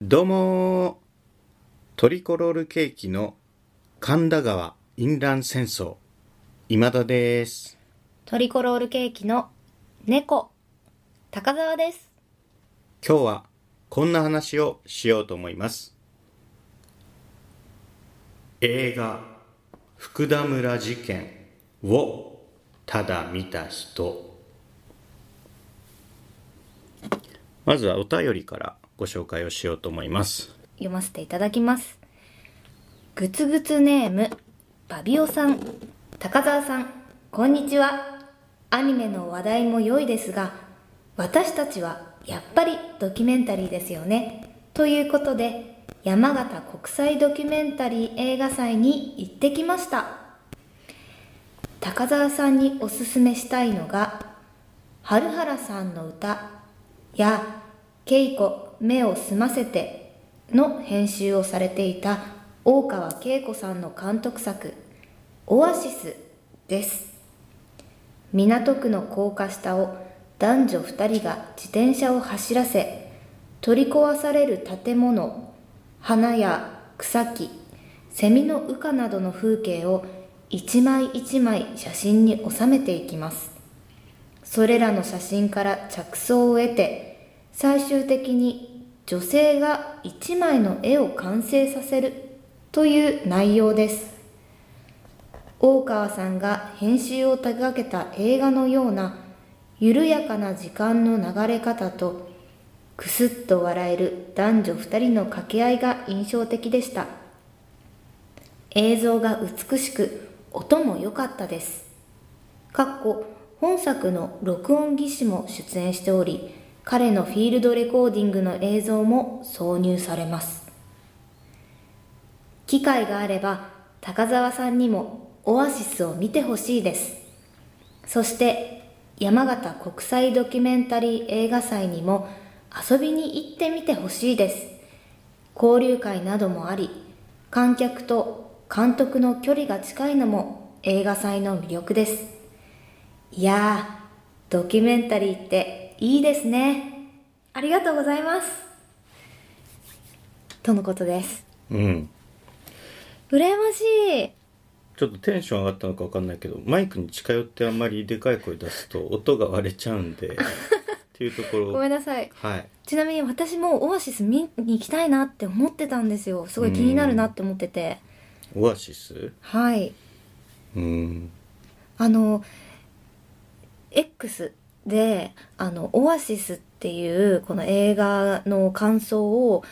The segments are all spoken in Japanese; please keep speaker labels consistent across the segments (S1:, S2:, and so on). S1: どうもートリコロールケーキの神田川淫乱戦争今田です
S2: トリコロールケーキの猫高澤です
S1: 今日はこんな話をしようと思います映画「福田村事件」をただ見た人まずはお便りからご紹介をしようと思います
S2: 読ませていただきますぐつぐつネームバビオさん高澤さんこんにちはアニメの話題も良いですが私たちはやっぱりドキュメンタリーですよねということで山形国際ドキュメンタリー映画祭に行ってきました高澤さんにおすすめしたいのが春原さんの歌や「恵子目を澄ませて」の編集をされていた大川恵子さんの監督作「オアシス」です港区の高架下を男女2人が自転車を走らせ取り壊される建物花や草木セミの羽化などの風景を一枚一枚写真に収めていきますそれらの写真から着想を得て最終的に女性が一枚の絵を完成させるという内容です大川さんが編集を手掛けた映画のような緩やかな時間の流れ方とくすっと笑える男女2人の掛け合いが印象的でした映像が美しく音も良かったですかっこ本作の録音技師も出演しており彼のフィールドレコーディングの映像も挿入されます機会があれば高澤さんにもオアシスを見てほしいですそして山形国際ドキュメンタリー映画祭にも遊びに行ってみてほしいです交流会などもあり観客と監督の距離が近いのも映画祭の魅力ですいやードキュメンタリーっていいですねありがとうございますとのことです
S1: うん
S2: 羨ましい
S1: ちょっとテンション上がったのか分かんないけどマイクに近寄ってあんまりでかい声出すと音が割れちゃうん でっていうところ
S2: ごめんなさい
S1: はい
S2: ちなみに私もオアシス見に行きたいなって思ってたんですよすごい気になるなって思ってて
S1: オアシス
S2: はい
S1: うん
S2: あの X であの「オアシス」っていうこの映画の感想を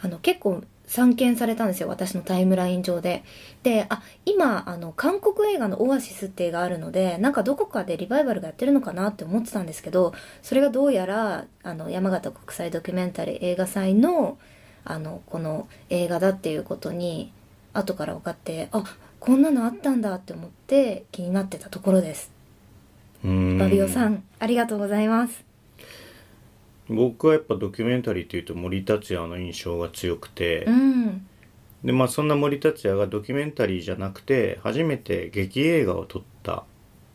S2: あの結構散見されたんですよ私のタイムライン上でであ今あの韓国映画の「オアシス」って映画あるのでなんかどこかでリバイバルがやってるのかなって思ってたんですけどそれがどうやらあの山形国際ドキュメンタリー映画祭のあのこの映画だっていうことに後から分かってあこんなのあったんだって思って気になってたところです
S1: うん
S2: バビオさん、ありがとうございます
S1: 僕はやっぱドキュメンタリーというと森達也の印象が強くて、
S2: うん
S1: でまあそんな森達也がドキュメンタリーじゃなくて初めて劇映画を撮った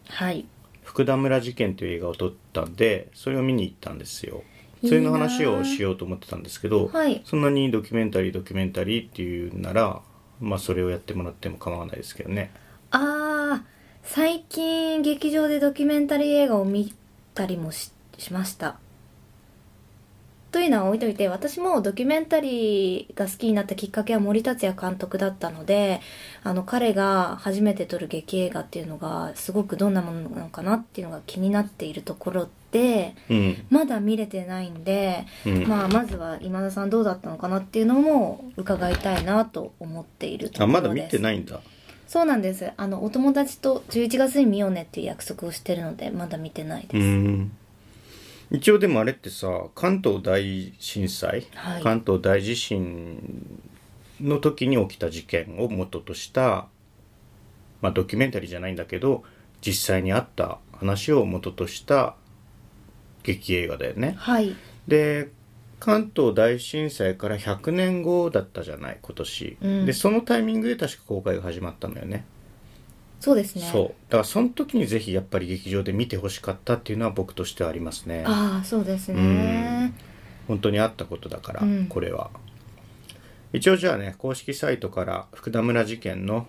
S2: はい
S1: 福田村事件という映画を撮ったんでそれを見に行ったんですよそれの話をし
S2: よ
S1: ようと思ってたんですけど、
S2: はい
S1: そんなにドキュメンタリードキュメンタリーっていうならまあそれをやってもらっても構わないですけどね
S2: あー最近劇場でドキュメンタリー映画を見たりもししましたというのは置いといて私もドキュメンタリーが好きになったきっかけは森達也監督だったのであの彼が初めて撮る劇映画っていうのがすごくどんなものなのかなっていうのが気になっているところで
S1: うん、
S2: まだ見れてないんで、
S1: うん
S2: まあ、まずは今田さんどうだったのかなっていうのも伺いたいなと思っているとこ
S1: あ
S2: ろです
S1: まだ見てないんだ
S2: そうなんですあのお友達と11月に見ようねっていう約束をしてるのでまだ見てないです、
S1: うん一応でもあれってさ関東大震災、
S2: はい
S1: 関東大地震の時に起きた事件を元とした、まあ、ドキュメンタリーじゃないんだけど実際にあった話を元とした劇映画だよね。
S2: はい
S1: で関東大震災から100年後だったじゃない今年、
S2: うん
S1: でそのタイミングで確か公開が始まったんだよね
S2: そうですね
S1: そうだからその時にぜひやっぱり劇場で見てほしかったっていうのは僕としてはありますね
S2: ああそうですね
S1: 本当にあったことだから、
S2: うん
S1: これは一応じゃあね公式サイトから福田村事件の、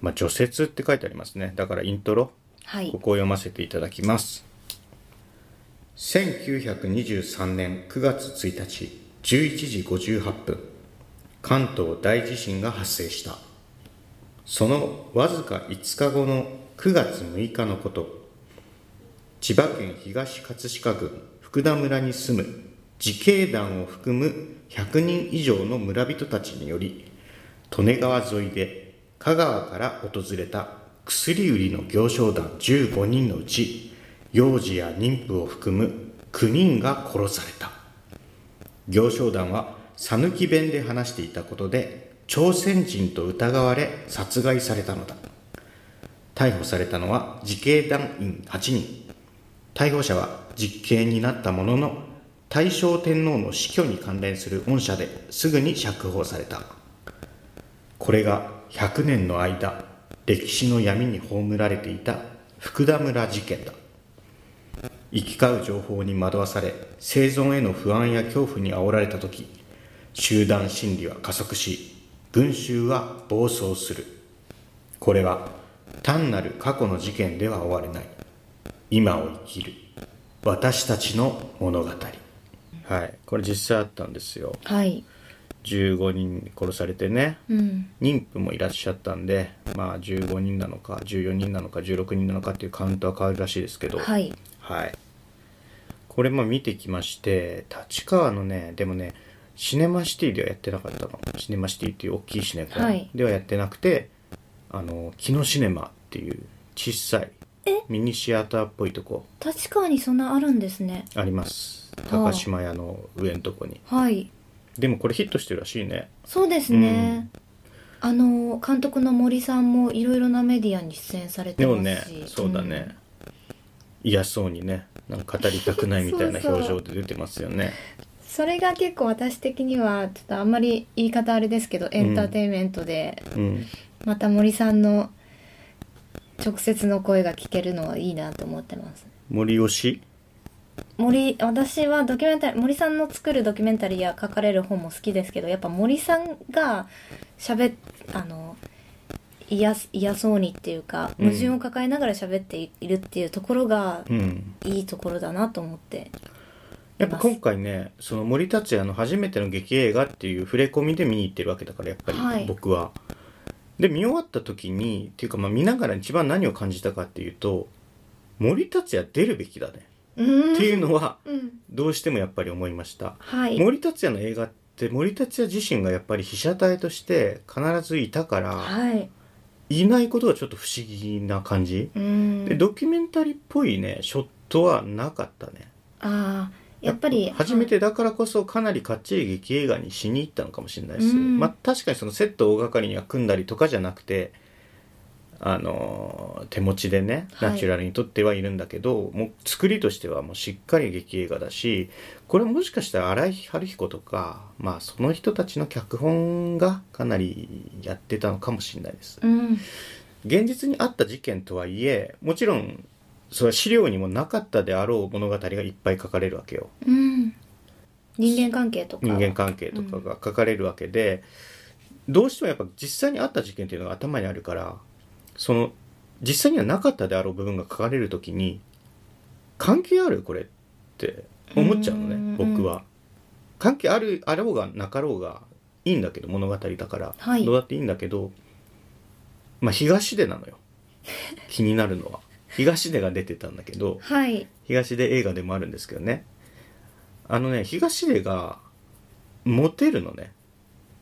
S1: まあ、除雪って書いてありますねだからイントロ
S2: はい
S1: ここを読ませていただきます1923年9月1日11時58分関東大地震が発生したそのわずか5日後の9月6日のこと千葉県東葛飾郡福田村に住む自警団を含む100人以上の村人たちにより利根川沿いで香川から訪れた薬売りの行商団15人のうち幼児や妊婦を含む9人が殺された行商団は讃岐弁で話していたことで朝鮮人と疑われ殺害されたのだ逮捕されたのは自警団員8人逮捕者は実刑になったものの大正天皇の死去に関連する恩赦ですぐに釈放されたこれが100年の間歴史の闇に葬られていた福田村事件だ行き交う情報に惑わされ生存への不安や恐怖に煽られた時集団心理は加速し群衆は暴走するこれは単なる過去の事件では終われない今を生きる私たちの物語はいこれ実際あったんですよ
S2: はい
S1: 15人殺されてね
S2: うん
S1: 妊婦もいらっしゃったんでまあ15人なのか14人なのか16人なのかっていうカウントは変わるらしいですけど
S2: はい
S1: はいこれも見てきまして立川のねでもねシネマシティではやってなかったのシネマシティっていう大きいシネコン
S2: はい
S1: ではやってなくて、あの木のシネマっていう小さいミニシアターっぽいとこ
S2: 確かにそんなあるんですね
S1: あります
S2: あ
S1: 高島屋の上のとこに
S2: はい
S1: でもこれヒットしてるらしいね
S2: そうですね、あの監督の森さんもいろいろなメディアに出演されて
S1: で
S2: ま
S1: も
S2: すし
S1: ねそうだね、嫌そうにねなんか語りたくないみたいな
S2: そうそう
S1: 表情で出てますよね
S2: それが結構私的にはちょっとあんまり言い方あれですけどエンターテインメントで、
S1: うん
S2: また森さんの直接の声が聞けるのはいいなと思ってます
S1: 森吉
S2: 森私はドキュメンタリー森さんの作るドキュメンタリーや書かれる本も好きですけどやっぱ森さんがしゃべあの嫌す嫌そうにっていうか
S1: うん
S2: 矛盾を抱えながら喋っているっていうところが
S1: うん
S2: いいところだなと思って、
S1: やっぱ今回ねその森達也の初めての劇映画っていう触れ込みで見に行ってるわけだからやっぱ
S2: は
S1: り
S2: い
S1: 僕は。で見終わった時にっていうかまあ見ながら一番何を感じたかっていうと森達也出るべきだね
S2: うん
S1: っていうのは
S2: うん
S1: どうしてもやっぱり思いました。
S2: はい
S1: 森達也の映画って森達也自身がやっぱり被写体として必ずいたから
S2: はい
S1: いないことがちょっと不思議な感じ
S2: うん
S1: でドキュメンタリーっぽいねショットはなかったね
S2: ああやっぱり
S1: 初めてだからこそかなりかっちり劇映画にしに行ったのかもしれないです、
S2: うん
S1: まあ確かにそのセットを大掛かりには組んだりとかじゃなくてあのー手持ちでね
S2: はい
S1: ナチュラルに撮ってはいるんだけど、もう作りとしてはもうしっかり劇映画だしこれもしかしたら荒井春彦とかまあその人たちの脚本がかなりやってたのかもしれないです
S2: うん
S1: 現実にあった事件とはいえもちろんそれは資料にもなかったであろう物語がいっぱい書かれるわけよ
S2: うん人間関係とか
S1: 人間関係とかが書かれるわけで、どうしてもやっぱ実際にあった事件っていうのが頭にあるからその実際にはなかったであろう部分が書かれる時に関係あるこれって思っちゃうの
S2: う
S1: ね
S2: ん
S1: 僕は。関係あるあろうがなかろうがいいんだけど物語だから、
S2: はい
S1: どうだっていいんだけどまあ東出な のよ気になるのは。東出が出てたんだけど、
S2: はい
S1: 東出映画でもあるんですけどねあのね東出がモテるのね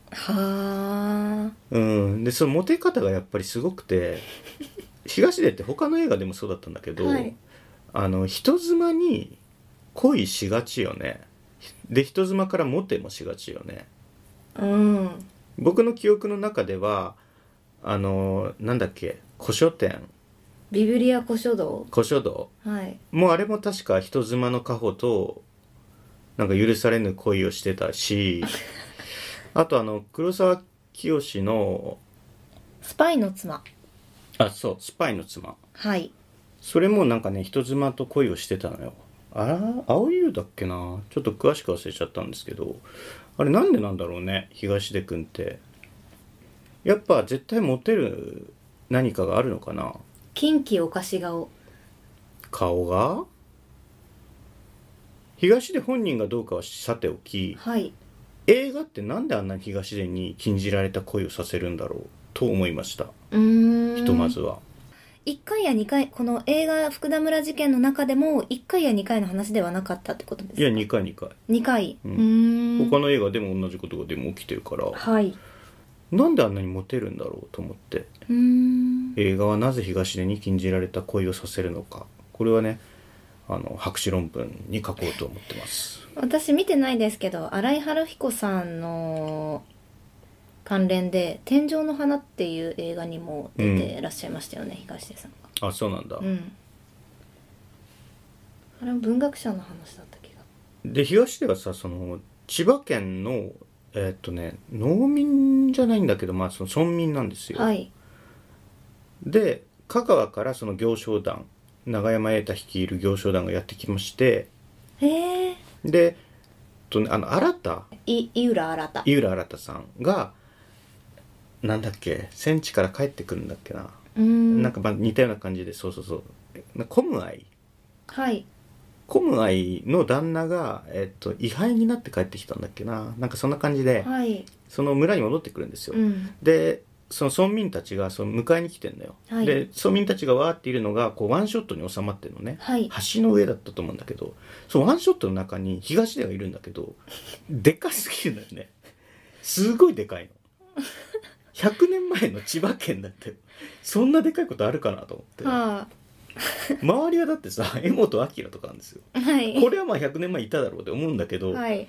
S2: はあ
S1: うんでそのモテ方がやっぱりすごくて東出って他の映画でもそうだったんだけど、
S2: はい
S1: あの人妻に恋しがちよねで人妻からモテもしがちよね
S2: うん
S1: 僕の記憶の中ではあのなんだっけ古書店
S2: ビブリア古書道
S1: 古書道
S2: はい
S1: もうあれも確か人妻の家宝となんか許されぬ恋をしてた しあとあの黒沢清の
S2: スパイの妻
S1: あそうスパイの妻
S2: はい
S1: それもなんかね人妻と恋をしてたのよあら青い湯だっけなちょっと詳しく忘れちゃったんですけどあれなんでなんだろうね東出くんってやっぱ絶対モテる何かがあるのかな
S2: 近畿おかし顔
S1: 顔が東出本人がどうかはさておき
S2: はい
S1: 映画ってなんであんなに東出に禁じられた恋をさせるんだろうと思いました
S2: うーん
S1: ひとまずは、
S2: 1回や2回この映画福田村事件の中でも1回や2回の話ではなかったってことですか
S1: いや2回2回
S2: 2回う
S1: うん
S2: ーん
S1: 他の映画でも同じことがでも起きてるから、
S2: はいう
S1: なんであんなにモテるんだろうと思って
S2: ーん
S1: 映画はなぜ東出に禁じられた恋をさせるのかこれはねあの博士論文に書こうと思ってます
S2: 私見てないですけど新井春彦さんの関連で「天井の花」っていう映画にも出てらっしゃいましたよね、東出さんが
S1: あそうなんだ、
S2: うんあれは文学者の話だった気が
S1: で東出はさその千葉県のえーっとね農民じゃないんだけどまあその村民なんですよ、
S2: はい
S1: で香川からその行商団永山瑛太率いる行商団がやってきまして
S2: へえ
S1: でと、ね、あの新田
S2: い井浦新
S1: 井浦新さんがなんだっけ戦地から帰ってくるんだっけな、
S2: うーん
S1: なんかまあ似たような感じでそうそうそうなコムアイ
S2: はい
S1: コムアイの旦那が、えっと、位牌になって帰ってきたんだっけななんかそんな感じで、
S2: はい
S1: その村に戻ってくるんですよ、
S2: うん
S1: でその村民たちがその迎えに来てんのよ、
S2: はい
S1: で村民たちがわーっているのがこうワンショットに収まってるのね、
S2: はい
S1: 橋の上だったと思うんだけどそのワンショットの中に東出がいるんだけどでかすぎるのよねすごいでかいの100年前の千葉県だってそんなでかいことあるかなと思って、
S2: は
S1: 周りはだってさ柄本明とかなんですよ
S2: あはい
S1: これはまあ100年前いただろうって思うんだけど、
S2: はい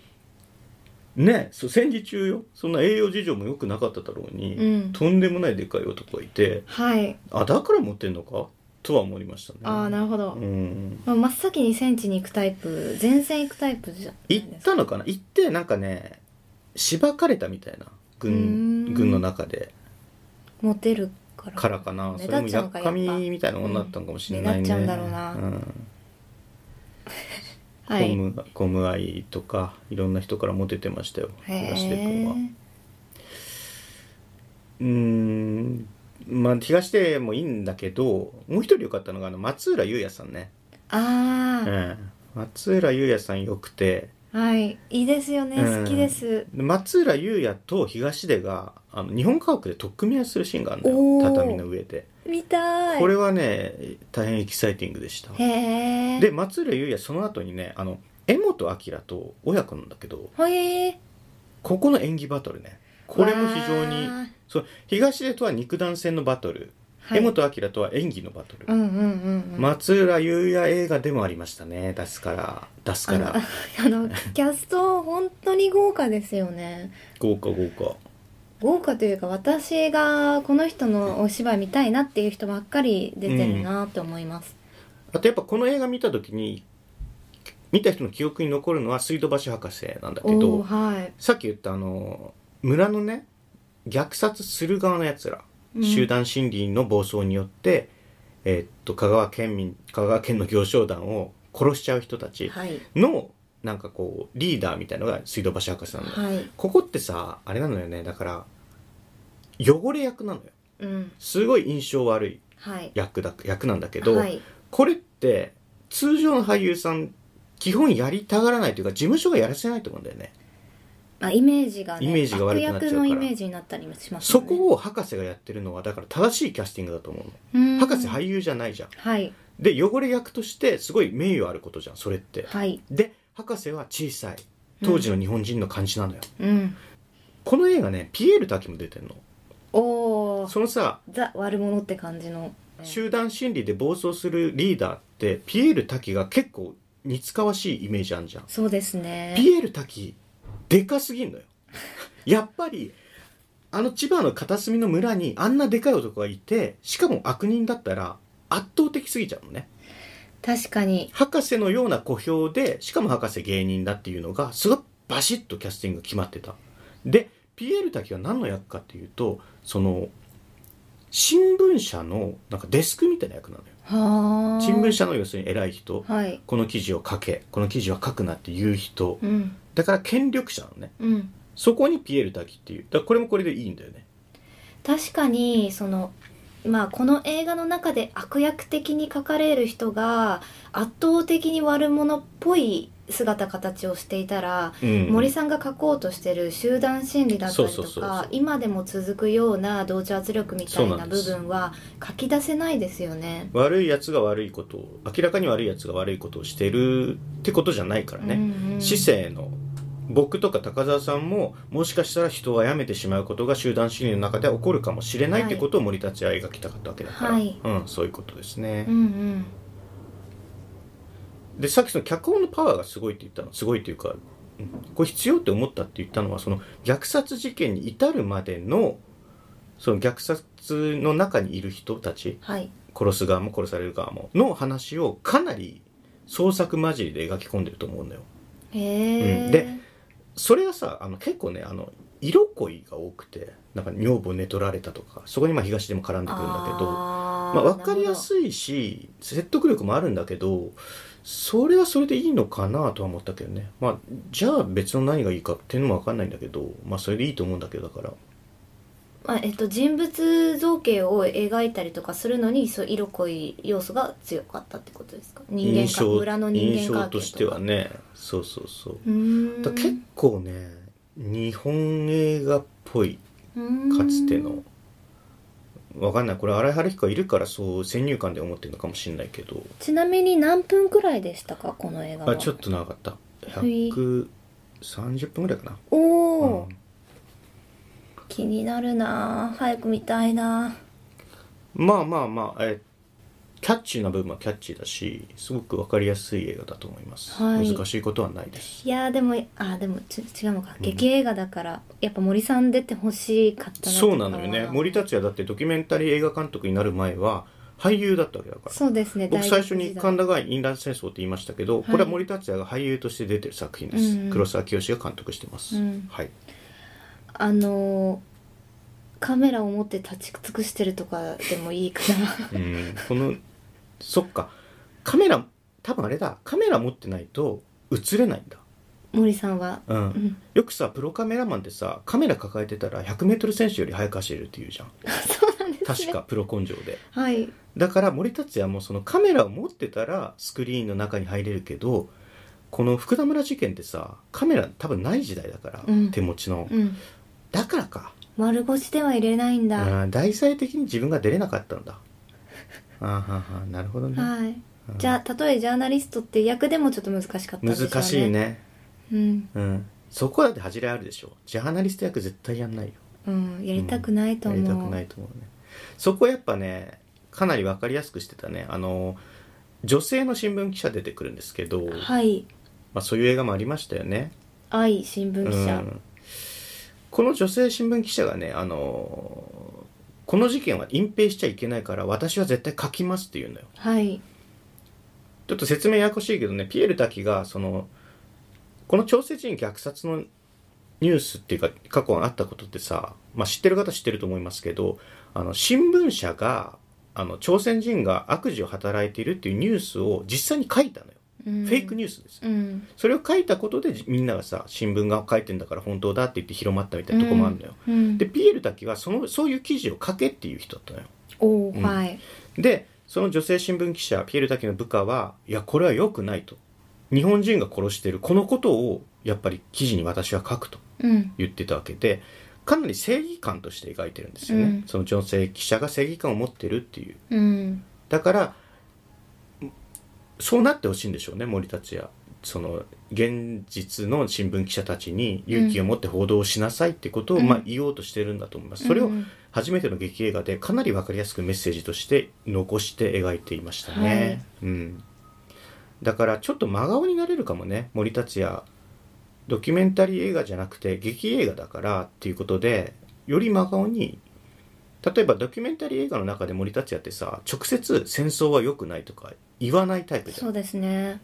S1: ねそう戦時中よそんな栄養事情も良くなかっただろうに、
S2: うん
S1: とんでもないでかい男がいて
S2: はい
S1: あだから持ってんのかとは思いましたね
S2: ああなるほど、
S1: うん
S2: まあ、真っ先に戦地に行くタイプ前線行くタイプじゃない
S1: 行
S2: で
S1: っ
S2: すか
S1: たのかな行ってなんかねしばかれたみたいな
S2: うー
S1: 軍
S2: ん
S1: 軍の中で
S2: モテるから
S1: からかな
S2: 目
S1: それも
S2: 立っちゃ
S1: や
S2: う
S1: っ
S2: のか
S1: かみみたいな女だったのかもしれないね、
S2: 目立っちゃうんだろうな
S1: うん
S2: は
S1: コ
S2: い
S1: ムコムアイとかいろんな人からモテてましたよ東出君
S2: へ
S1: は
S2: ー
S1: うーんまあ東出もいいんだけどもう一人良かったのがあの松浦優也さんね、
S2: あ
S1: う
S2: あ、
S1: ん、松浦優也さん良くて
S2: はいいいですよね、
S1: うん
S2: 好きです
S1: で松浦優也と東出があの日本家屋で取っ組み合いするシーンがある
S2: お
S1: のよ
S2: ー
S1: 畳の上で
S2: 見たい
S1: これはね大変エキサイティングでした
S2: へえ
S1: で松浦優也その後にねあの柄本明と親子なんだけど
S2: ほえ
S1: ここの演技バトルねこれも非常に
S2: わー
S1: そう東出とは肉弾戦のバトル
S2: は
S1: 柄
S2: い
S1: 本明とは演技のバトル、
S2: うんうんうんうん
S1: 松浦優也映画でもありましたね出すから出すから
S2: あの キャスト本当に豪華ですよね
S1: 豪華豪華
S2: 豪華というか私がこの人のお芝居見たいなっていう人ばっかり出てるなと思います、
S1: あとやっぱこの映画見た時に見た人の記憶に残るのは水道橋博士なんだけ
S2: おお
S1: ど
S2: はい
S1: さっき言ったあの村のね虐殺する側のやつら、
S2: うん
S1: 集団心理の暴走によって、えーっと香川県民香川県の行商団を殺しちゃう人たち
S2: はい
S1: のなんかこうリーダーみたいのが水道橋博士なんだよ、
S2: はい
S1: ここってさあれなのよねだから汚れ役なのよ
S2: うん
S1: すごい印象悪い
S2: はい
S1: 役だ役なんだけど、
S2: はい
S1: これって通常の俳優さん基本やりたがらないというか事務所がやらせないと思うんだよね
S2: まあ、イメージがね
S1: イメージが悪くなっちゃうから
S2: 悪役のイメージになったりもします
S1: そ
S2: よね
S1: こを博士がやってるのはだから正しいキャスティングだと思うの、
S2: うん
S1: 博士俳優じゃないじゃん
S2: はい
S1: で汚れ役としてすごい名誉あることじゃんそれって
S2: はい
S1: で博士は小さい当時の日本人の感じなのよ、
S2: うん
S1: この映画ねピエール滝も出てんの
S2: おお
S1: そのさ
S2: ザ悪者って感じの
S1: 集団心理で暴走するリーダーってピエール滝が結構似つかわしいイメージあんじゃん
S2: そうですね
S1: ピエール滝でかすぎんのよ やっぱりあの千葉の片隅の村にあんなでかい男がいてしかも悪人だったら圧倒的すぎちゃうのね
S2: 確かに
S1: 博士のような小兵でしかも博士芸人だっていうのがすごいバシッとキャスティングが決まってたでピエール滝は何の役かっていうとその新聞社のなんかデスクみたいな役なのよ
S2: はあ
S1: 新聞社の要するに偉い人
S2: はい
S1: この記事を書けこの記事は書くなって言う人
S2: うん
S1: だから権力者なのね
S2: うん
S1: そこにピエール滝っていうだからこれもこれでいいんだよね
S2: 確かにそのまあこの映画の中で悪役的に書かれる人が圧倒的に悪者っぽい姿形をしていたら、
S1: うん
S2: 森さんが書こうとしてる集団心理だったりと
S1: そう
S2: か
S1: そうそうそう
S2: 今でも続くような同調圧力みたい
S1: そうな
S2: なん
S1: で
S2: 部
S1: す
S2: 分は書き出せないですよね。
S1: 悪いやつが悪いことを明らかに悪いやつが悪いことをしてるってことじゃないからね、
S2: うんうん
S1: 市政の僕とか高澤さんももしかしたら人は辞めてしまうことが集団心理の中で起こるかもしれないってことを森たちは描きたかったわけだから、
S2: はい
S1: うん、そういうことですね
S2: う、んうん
S1: でさっきその脚本のパワーがすごいって言ったのすごいというか、うんこれ必要って思ったって言ったのはその虐殺事件に至るまでのその虐殺の中にいる人たち
S2: はい
S1: 殺す側も殺される側もの話をかなり創作混じりで描き込んでると思うんだよ
S2: へえ、
S1: うんでそれはさあの結構ねあの色恋が多くてなんか女房寝取られたとかそこにまあ東でも絡んでくるんだけど
S2: あー
S1: まあ、分かりや
S2: なる
S1: すいし説得力もあるんだけどそれはそれでいいのかなとは思ったけどね、まあ、じゃあ別の何がいいかっていうのも分かんないんだけど、まあ、それでいいと思うんだけどだから
S2: ほどまあえっと、人物造形を描いたりとかするのにそう色濃い要素が強かったってことですか人間
S1: 印
S2: か
S1: 象
S2: 裏の人間関係
S1: 印
S2: か
S1: 象としてはねそうそうそう
S2: うーん
S1: だ結構ね日本映画っぽいかつての分かんないこれ荒井晴彦がいるからそう先入観で思ってるのかもしれないけど
S2: ちなみに何分くらいでしたかこの映画は
S1: あちょっと長かった
S2: い
S1: 130分ぐらいかな、
S2: お
S1: う
S2: お、
S1: ん
S2: 気になるなあ早く見たいな
S1: まあまあまあ、えーキャッチーな部分はキャッチーだしすごく分かりやすい映画だと思います、
S2: はい
S1: 難しいことはないです
S2: いやーでもあでもち違うのか、
S1: うん
S2: 劇映画だからやっぱ森さん出てほしかったなと
S1: そ
S2: か
S1: うなのよね森達也だってドキュメンタリー映画監督になる前は俳優だったわけだから
S2: そうですね
S1: 僕
S2: 大
S1: 最
S2: 学
S1: 初に
S2: 時代
S1: 神田川インラン戦争って言いましたけど、
S2: い
S1: これは森達也が俳優として出てる作品です、
S2: うんうん
S1: 黒沢清が監督してます、
S2: うん
S1: はい
S2: あのーカメラを持って立ち尽くしてるとかでもいいか
S1: う
S2: な
S1: んこのそっかカメラ多分あれだカメラ持ってないと映れないんだ
S2: 森さんは、
S1: うん
S2: うん、
S1: よくさプロカメラマンってさカメラ抱えてたら 100m 選手より速く走れるっていうじゃん
S2: そうなんですね
S1: 確かプロ根性で
S2: はい
S1: だから森達也もそのカメラを持ってたらスクリーンの中に入れるけどこの福田村事件ってさカメラ多分ない時代だから、
S2: うん
S1: 手持ちの、
S2: うん
S1: だからか
S2: 丸腰では入れないんだ、
S1: あー題材的に自分が出れなかったんだあーはーはーなるほどね、
S2: はい
S1: うん
S2: じゃあたとえジャーナリストっていう役でもちょっと難しかったんでしょうね
S1: 難しいね
S2: うん、
S1: うんそこだって恥じらいあるでしょジャーナリスト役絶対やんないよ
S2: うん、やりたくないと
S1: や
S2: 思う、
S1: りたくないと思うねそこやっぱねかなり分かりやすくしてたねあの女性の新聞記者出てくるんですけど、ま
S2: はい
S1: あ、そういう映画もありましたよね、
S2: 愛新聞記者、
S1: うんこの女性新聞記者がねあのこの事件は隠蔽しちゃいけないから私は絶対書きますって言うのよ
S2: はい
S1: ちょっと説明ややこしいけどねピエール滝がそのこの調整人虐殺のニュースっていうか過去にあったことってさ、まあ、知ってる方知ってると思いますけどあの新聞社があの朝鮮人が悪事を働いているっていうニュースを実際に書いたのよ、
S2: うん
S1: フェイクニュースです
S2: うん
S1: それを書いたことでみんながさ新聞が書いてんだから本当だって言って広まったみたいなとこもあるのよ、
S2: うん
S1: でピエール滝はそのそういう記事を書けっていう人だったのよ
S2: おお、
S1: うん
S2: はい
S1: でその女性新聞記者ピエール滝の部下はいやこれは良くないと日本人が殺してるこのことをやっぱり記事に私は書くと
S2: うん
S1: 言ってたわけでかなり正義感として描いてるんですよね、
S2: うん
S1: その女性記者が正義感を持ってるっていう
S2: うん
S1: だからそうなってほしいんでしょうね森達也その現実の新聞記者たちに勇気を持って報道をしなさいってことを、
S2: うん
S1: まあ、言おうとしてるんだと思います、それ
S2: う
S1: を
S2: ん
S1: 初めての劇映画でかなり分かりやすくメッセージとして残して描いていましたね、うん、だからちょっと真顔になれるかもね森達也ドキュメンタリー映画じゃなくて劇映画だからっていうことでより真顔に例えばドキュメンタリー映画の中で森達也ってさ直接戦争は良くないとか言わないタイプじゃ
S2: そ
S1: ん
S2: うですね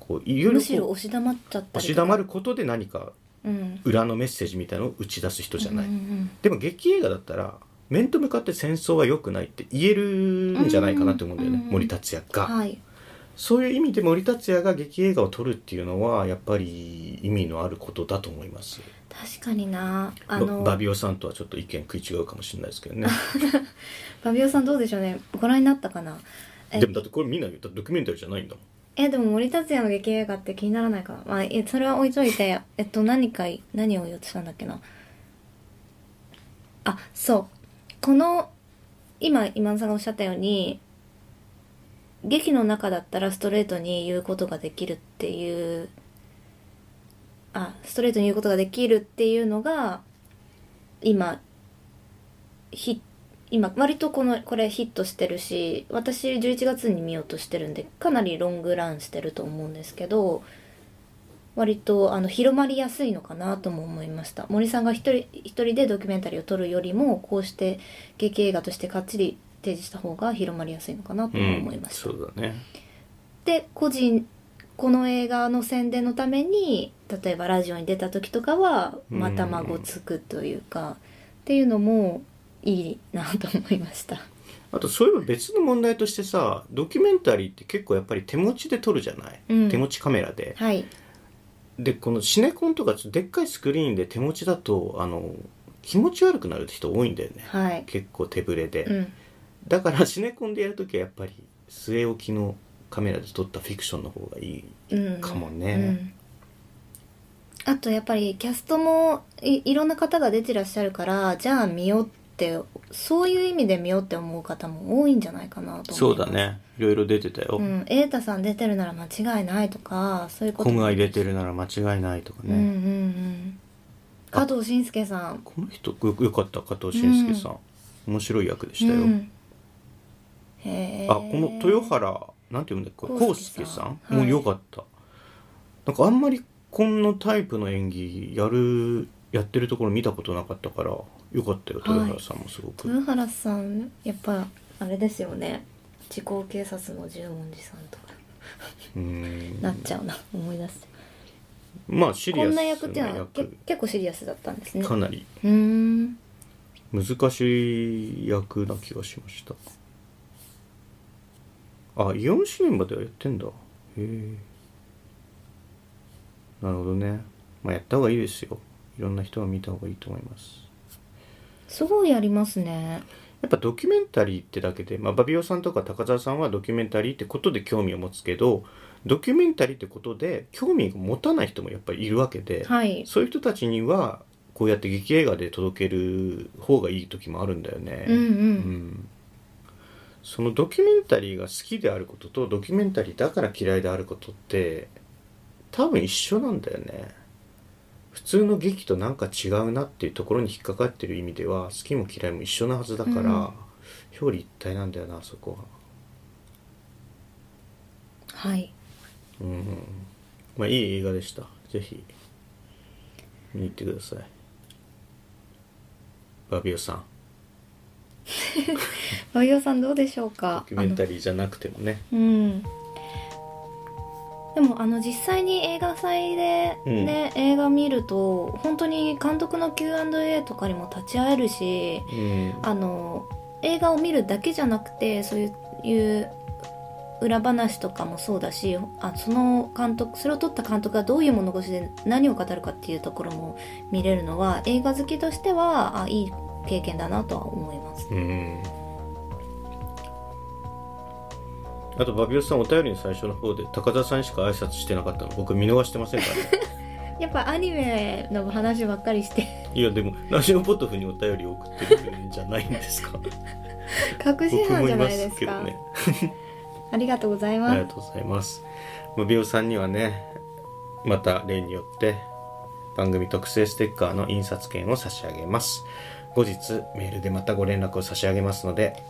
S1: こういろいろ
S2: むしろ
S1: こ
S2: 押し黙っちゃっ
S1: う
S2: た
S1: 押
S2: り
S1: し
S2: とか
S1: 黙ることで何か
S2: うん
S1: 裏のメッセージみたいのを打ち出す人じゃない、
S2: うんうん
S1: でも劇映画だったら面と向かって戦争は良くないって言えるんじゃないかなと思うんだよね、
S2: うんうん
S1: 森達也が、
S2: はい
S1: そういう意味で森達也が劇映画を撮るっていうのはやっぱり意味のあることだと思います
S2: 確かにな
S1: バ
S2: あの
S1: バビオさんとはちょっと意見食い違うかもしれないですけどね
S2: バビオさんどうでしょうねご覧になったかな え
S1: でもだってこれみんな言ったドキュメンタリーじゃないんだもん
S2: えでも森達也の劇映画って気にならないから、まあ、えそれは置いといてえっと何かい何を言おうとしたんだっけなあそうこの今今野さんがおっしゃったように劇の中だったらストレートに言うことができるっていうあストレートに言うことができるっていうのが今ひ今割とこのこれヒットしてるし私11月に見ようとしてるんでかなりロングランしてると思うんですけど割とあの広まりやすいのかなとも思いました森さんが一人一人でドキュメンタリーを撮るよりもこうして劇映画としてかっちり提示した方が広まりやすいのかなとも思いまし
S1: そ
S2: た、
S1: うだね
S2: で個人この映画の宣伝のために例えばラジオに出た時とかは
S1: うん
S2: また孫つくというか、っていうのもいいなと思い ました
S1: あとそういえば別の問題としてさドキュメンタリーって結構やっぱり手持ちで撮るじゃない、
S2: うん
S1: 手持ちカメラで
S2: はい
S1: でこのシネコンとかでっかいスクリーンで手持ちだとあの気持ち悪くなる人多いんだよね
S2: はい
S1: 結構手ぶれで、
S2: うん
S1: だからシネコンでやるときはやっぱり据え置きのカメラで撮ったフィクションの方がいい
S2: うん
S1: かもね、
S2: うんあとやっぱりキャストもいいろんな方が出てらっしゃるからじゃあ見ようってそういう意味で見ようって思う方も多いんじゃないかなと思います
S1: そうだねいろいろ出てたよ、
S2: うん瑛太さん出てるなら間違いないとかそういうこと
S1: コムが入れてるなら間違いないとか
S2: うんうんう
S1: ね、
S2: ん加藤慎介さん
S1: この人よよかった加藤慎介さん、面白い役でしたよ、
S2: うんへえ
S1: あこの豊原なんていうんだっけ
S2: 康
S1: 康
S2: 介
S1: 介
S2: さ
S1: さ
S2: ん
S1: ん
S2: はい
S1: もうよかった、なんかあんまりこんなタイプの演技やるやってるところ見たことなかったからよかったよ豊
S2: はい
S1: 原さんもすごく、
S2: 豊原さんやっぱあれですよね時効警察の十文字さんとか
S1: うーん
S2: なっちゃうな、思い出す
S1: まあシリア
S2: こ
S1: ス
S2: ん
S1: な
S2: な役っていうのはけ
S1: 役
S2: 結構シリアスだったんですね
S1: か
S2: う
S1: なり
S2: ーん
S1: 難しい役な気がしましたあイオンシネマではやってんだへえなるほどねまあやった方がいいですよいろんな人が見た方がいいと思います
S2: すごいやりますね
S1: やっぱドキュメンタリーってだけで、まあ、バビオさんとか高澤さんはドキュメンタリーってことで興味を持つけどドキュメンタリーってことで興味を持たない人もやっぱりいるわけで、
S2: はい
S1: そういう人たちにはこうやって劇映画で届ける方がいい時もあるんだよね。
S2: うんうん
S1: んそのドキュメンタリーが好きであることとドキュメンタリーだから嫌いであることって多分一緒なんだよね。普通の劇となんか違うなっていうところに引っかかってる意味では好きも嫌いも一緒なはずだから、
S2: うん
S1: 表裏一体なんだよなそこは。
S2: はい
S1: うんまあいい映画でした。ぜひ見に行ってください。バビオさん、
S2: バイオさんどうでしょう
S1: ド
S2: か
S1: キュメンタリーじゃなくてもね。
S2: うんでもあの実際に映画祭で、
S1: うん
S2: ね映画見ると本当に監督の Q&A とかにも立ち会えるし
S1: うん、
S2: あの映画を見るだけじゃなくてそういういう裏話とかもそうだしあその監督それを撮った監督がどういう物腰で何を語るかっていうところも見れるのは映画好きとしてはあいい経験だなとは思います。
S1: うんあとバビオさんお便りの最初の方で高田さんにしか挨拶してなかったの僕見逃してませんから ね
S2: やっぱアニメの話ばっかりして
S1: いやでもラジオポトフにお便り送ってくれるんじゃないんですか
S2: 隠し
S1: 僕
S2: 犯
S1: もい
S2: じゃな
S1: ま
S2: いですす
S1: けど
S2: か。
S1: ね
S2: ありがとうござい
S1: あ
S2: ま
S1: り
S2: す
S1: が。とうございますバビオさんにはねまた例によって番組特製ステッカーの印刷券を差し上げます後日メールでまたご連絡を差し上げますので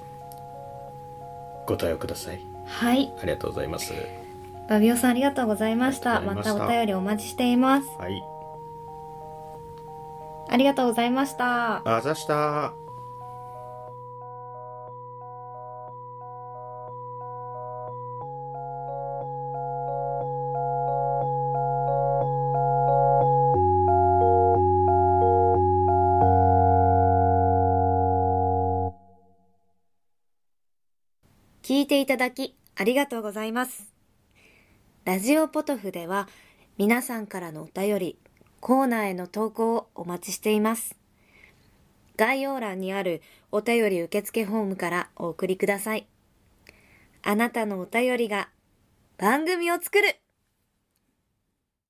S1: ご対応ください
S2: はい、
S1: ありがとうございます
S2: バビオさんありがとうございました。
S1: ありが
S2: ま
S1: とうござ
S2: た
S1: いました
S2: お便りお待ちしています。
S1: はい
S2: ありがとうございました。
S1: あざした
S2: 聞いていただきありがとうございます。ラジオポトフでは皆さんからのお便り、コーナーへの投稿をお待ちしています。概要欄にあるお便り受付フォームからお送りください。あなたのお便りが番組を作る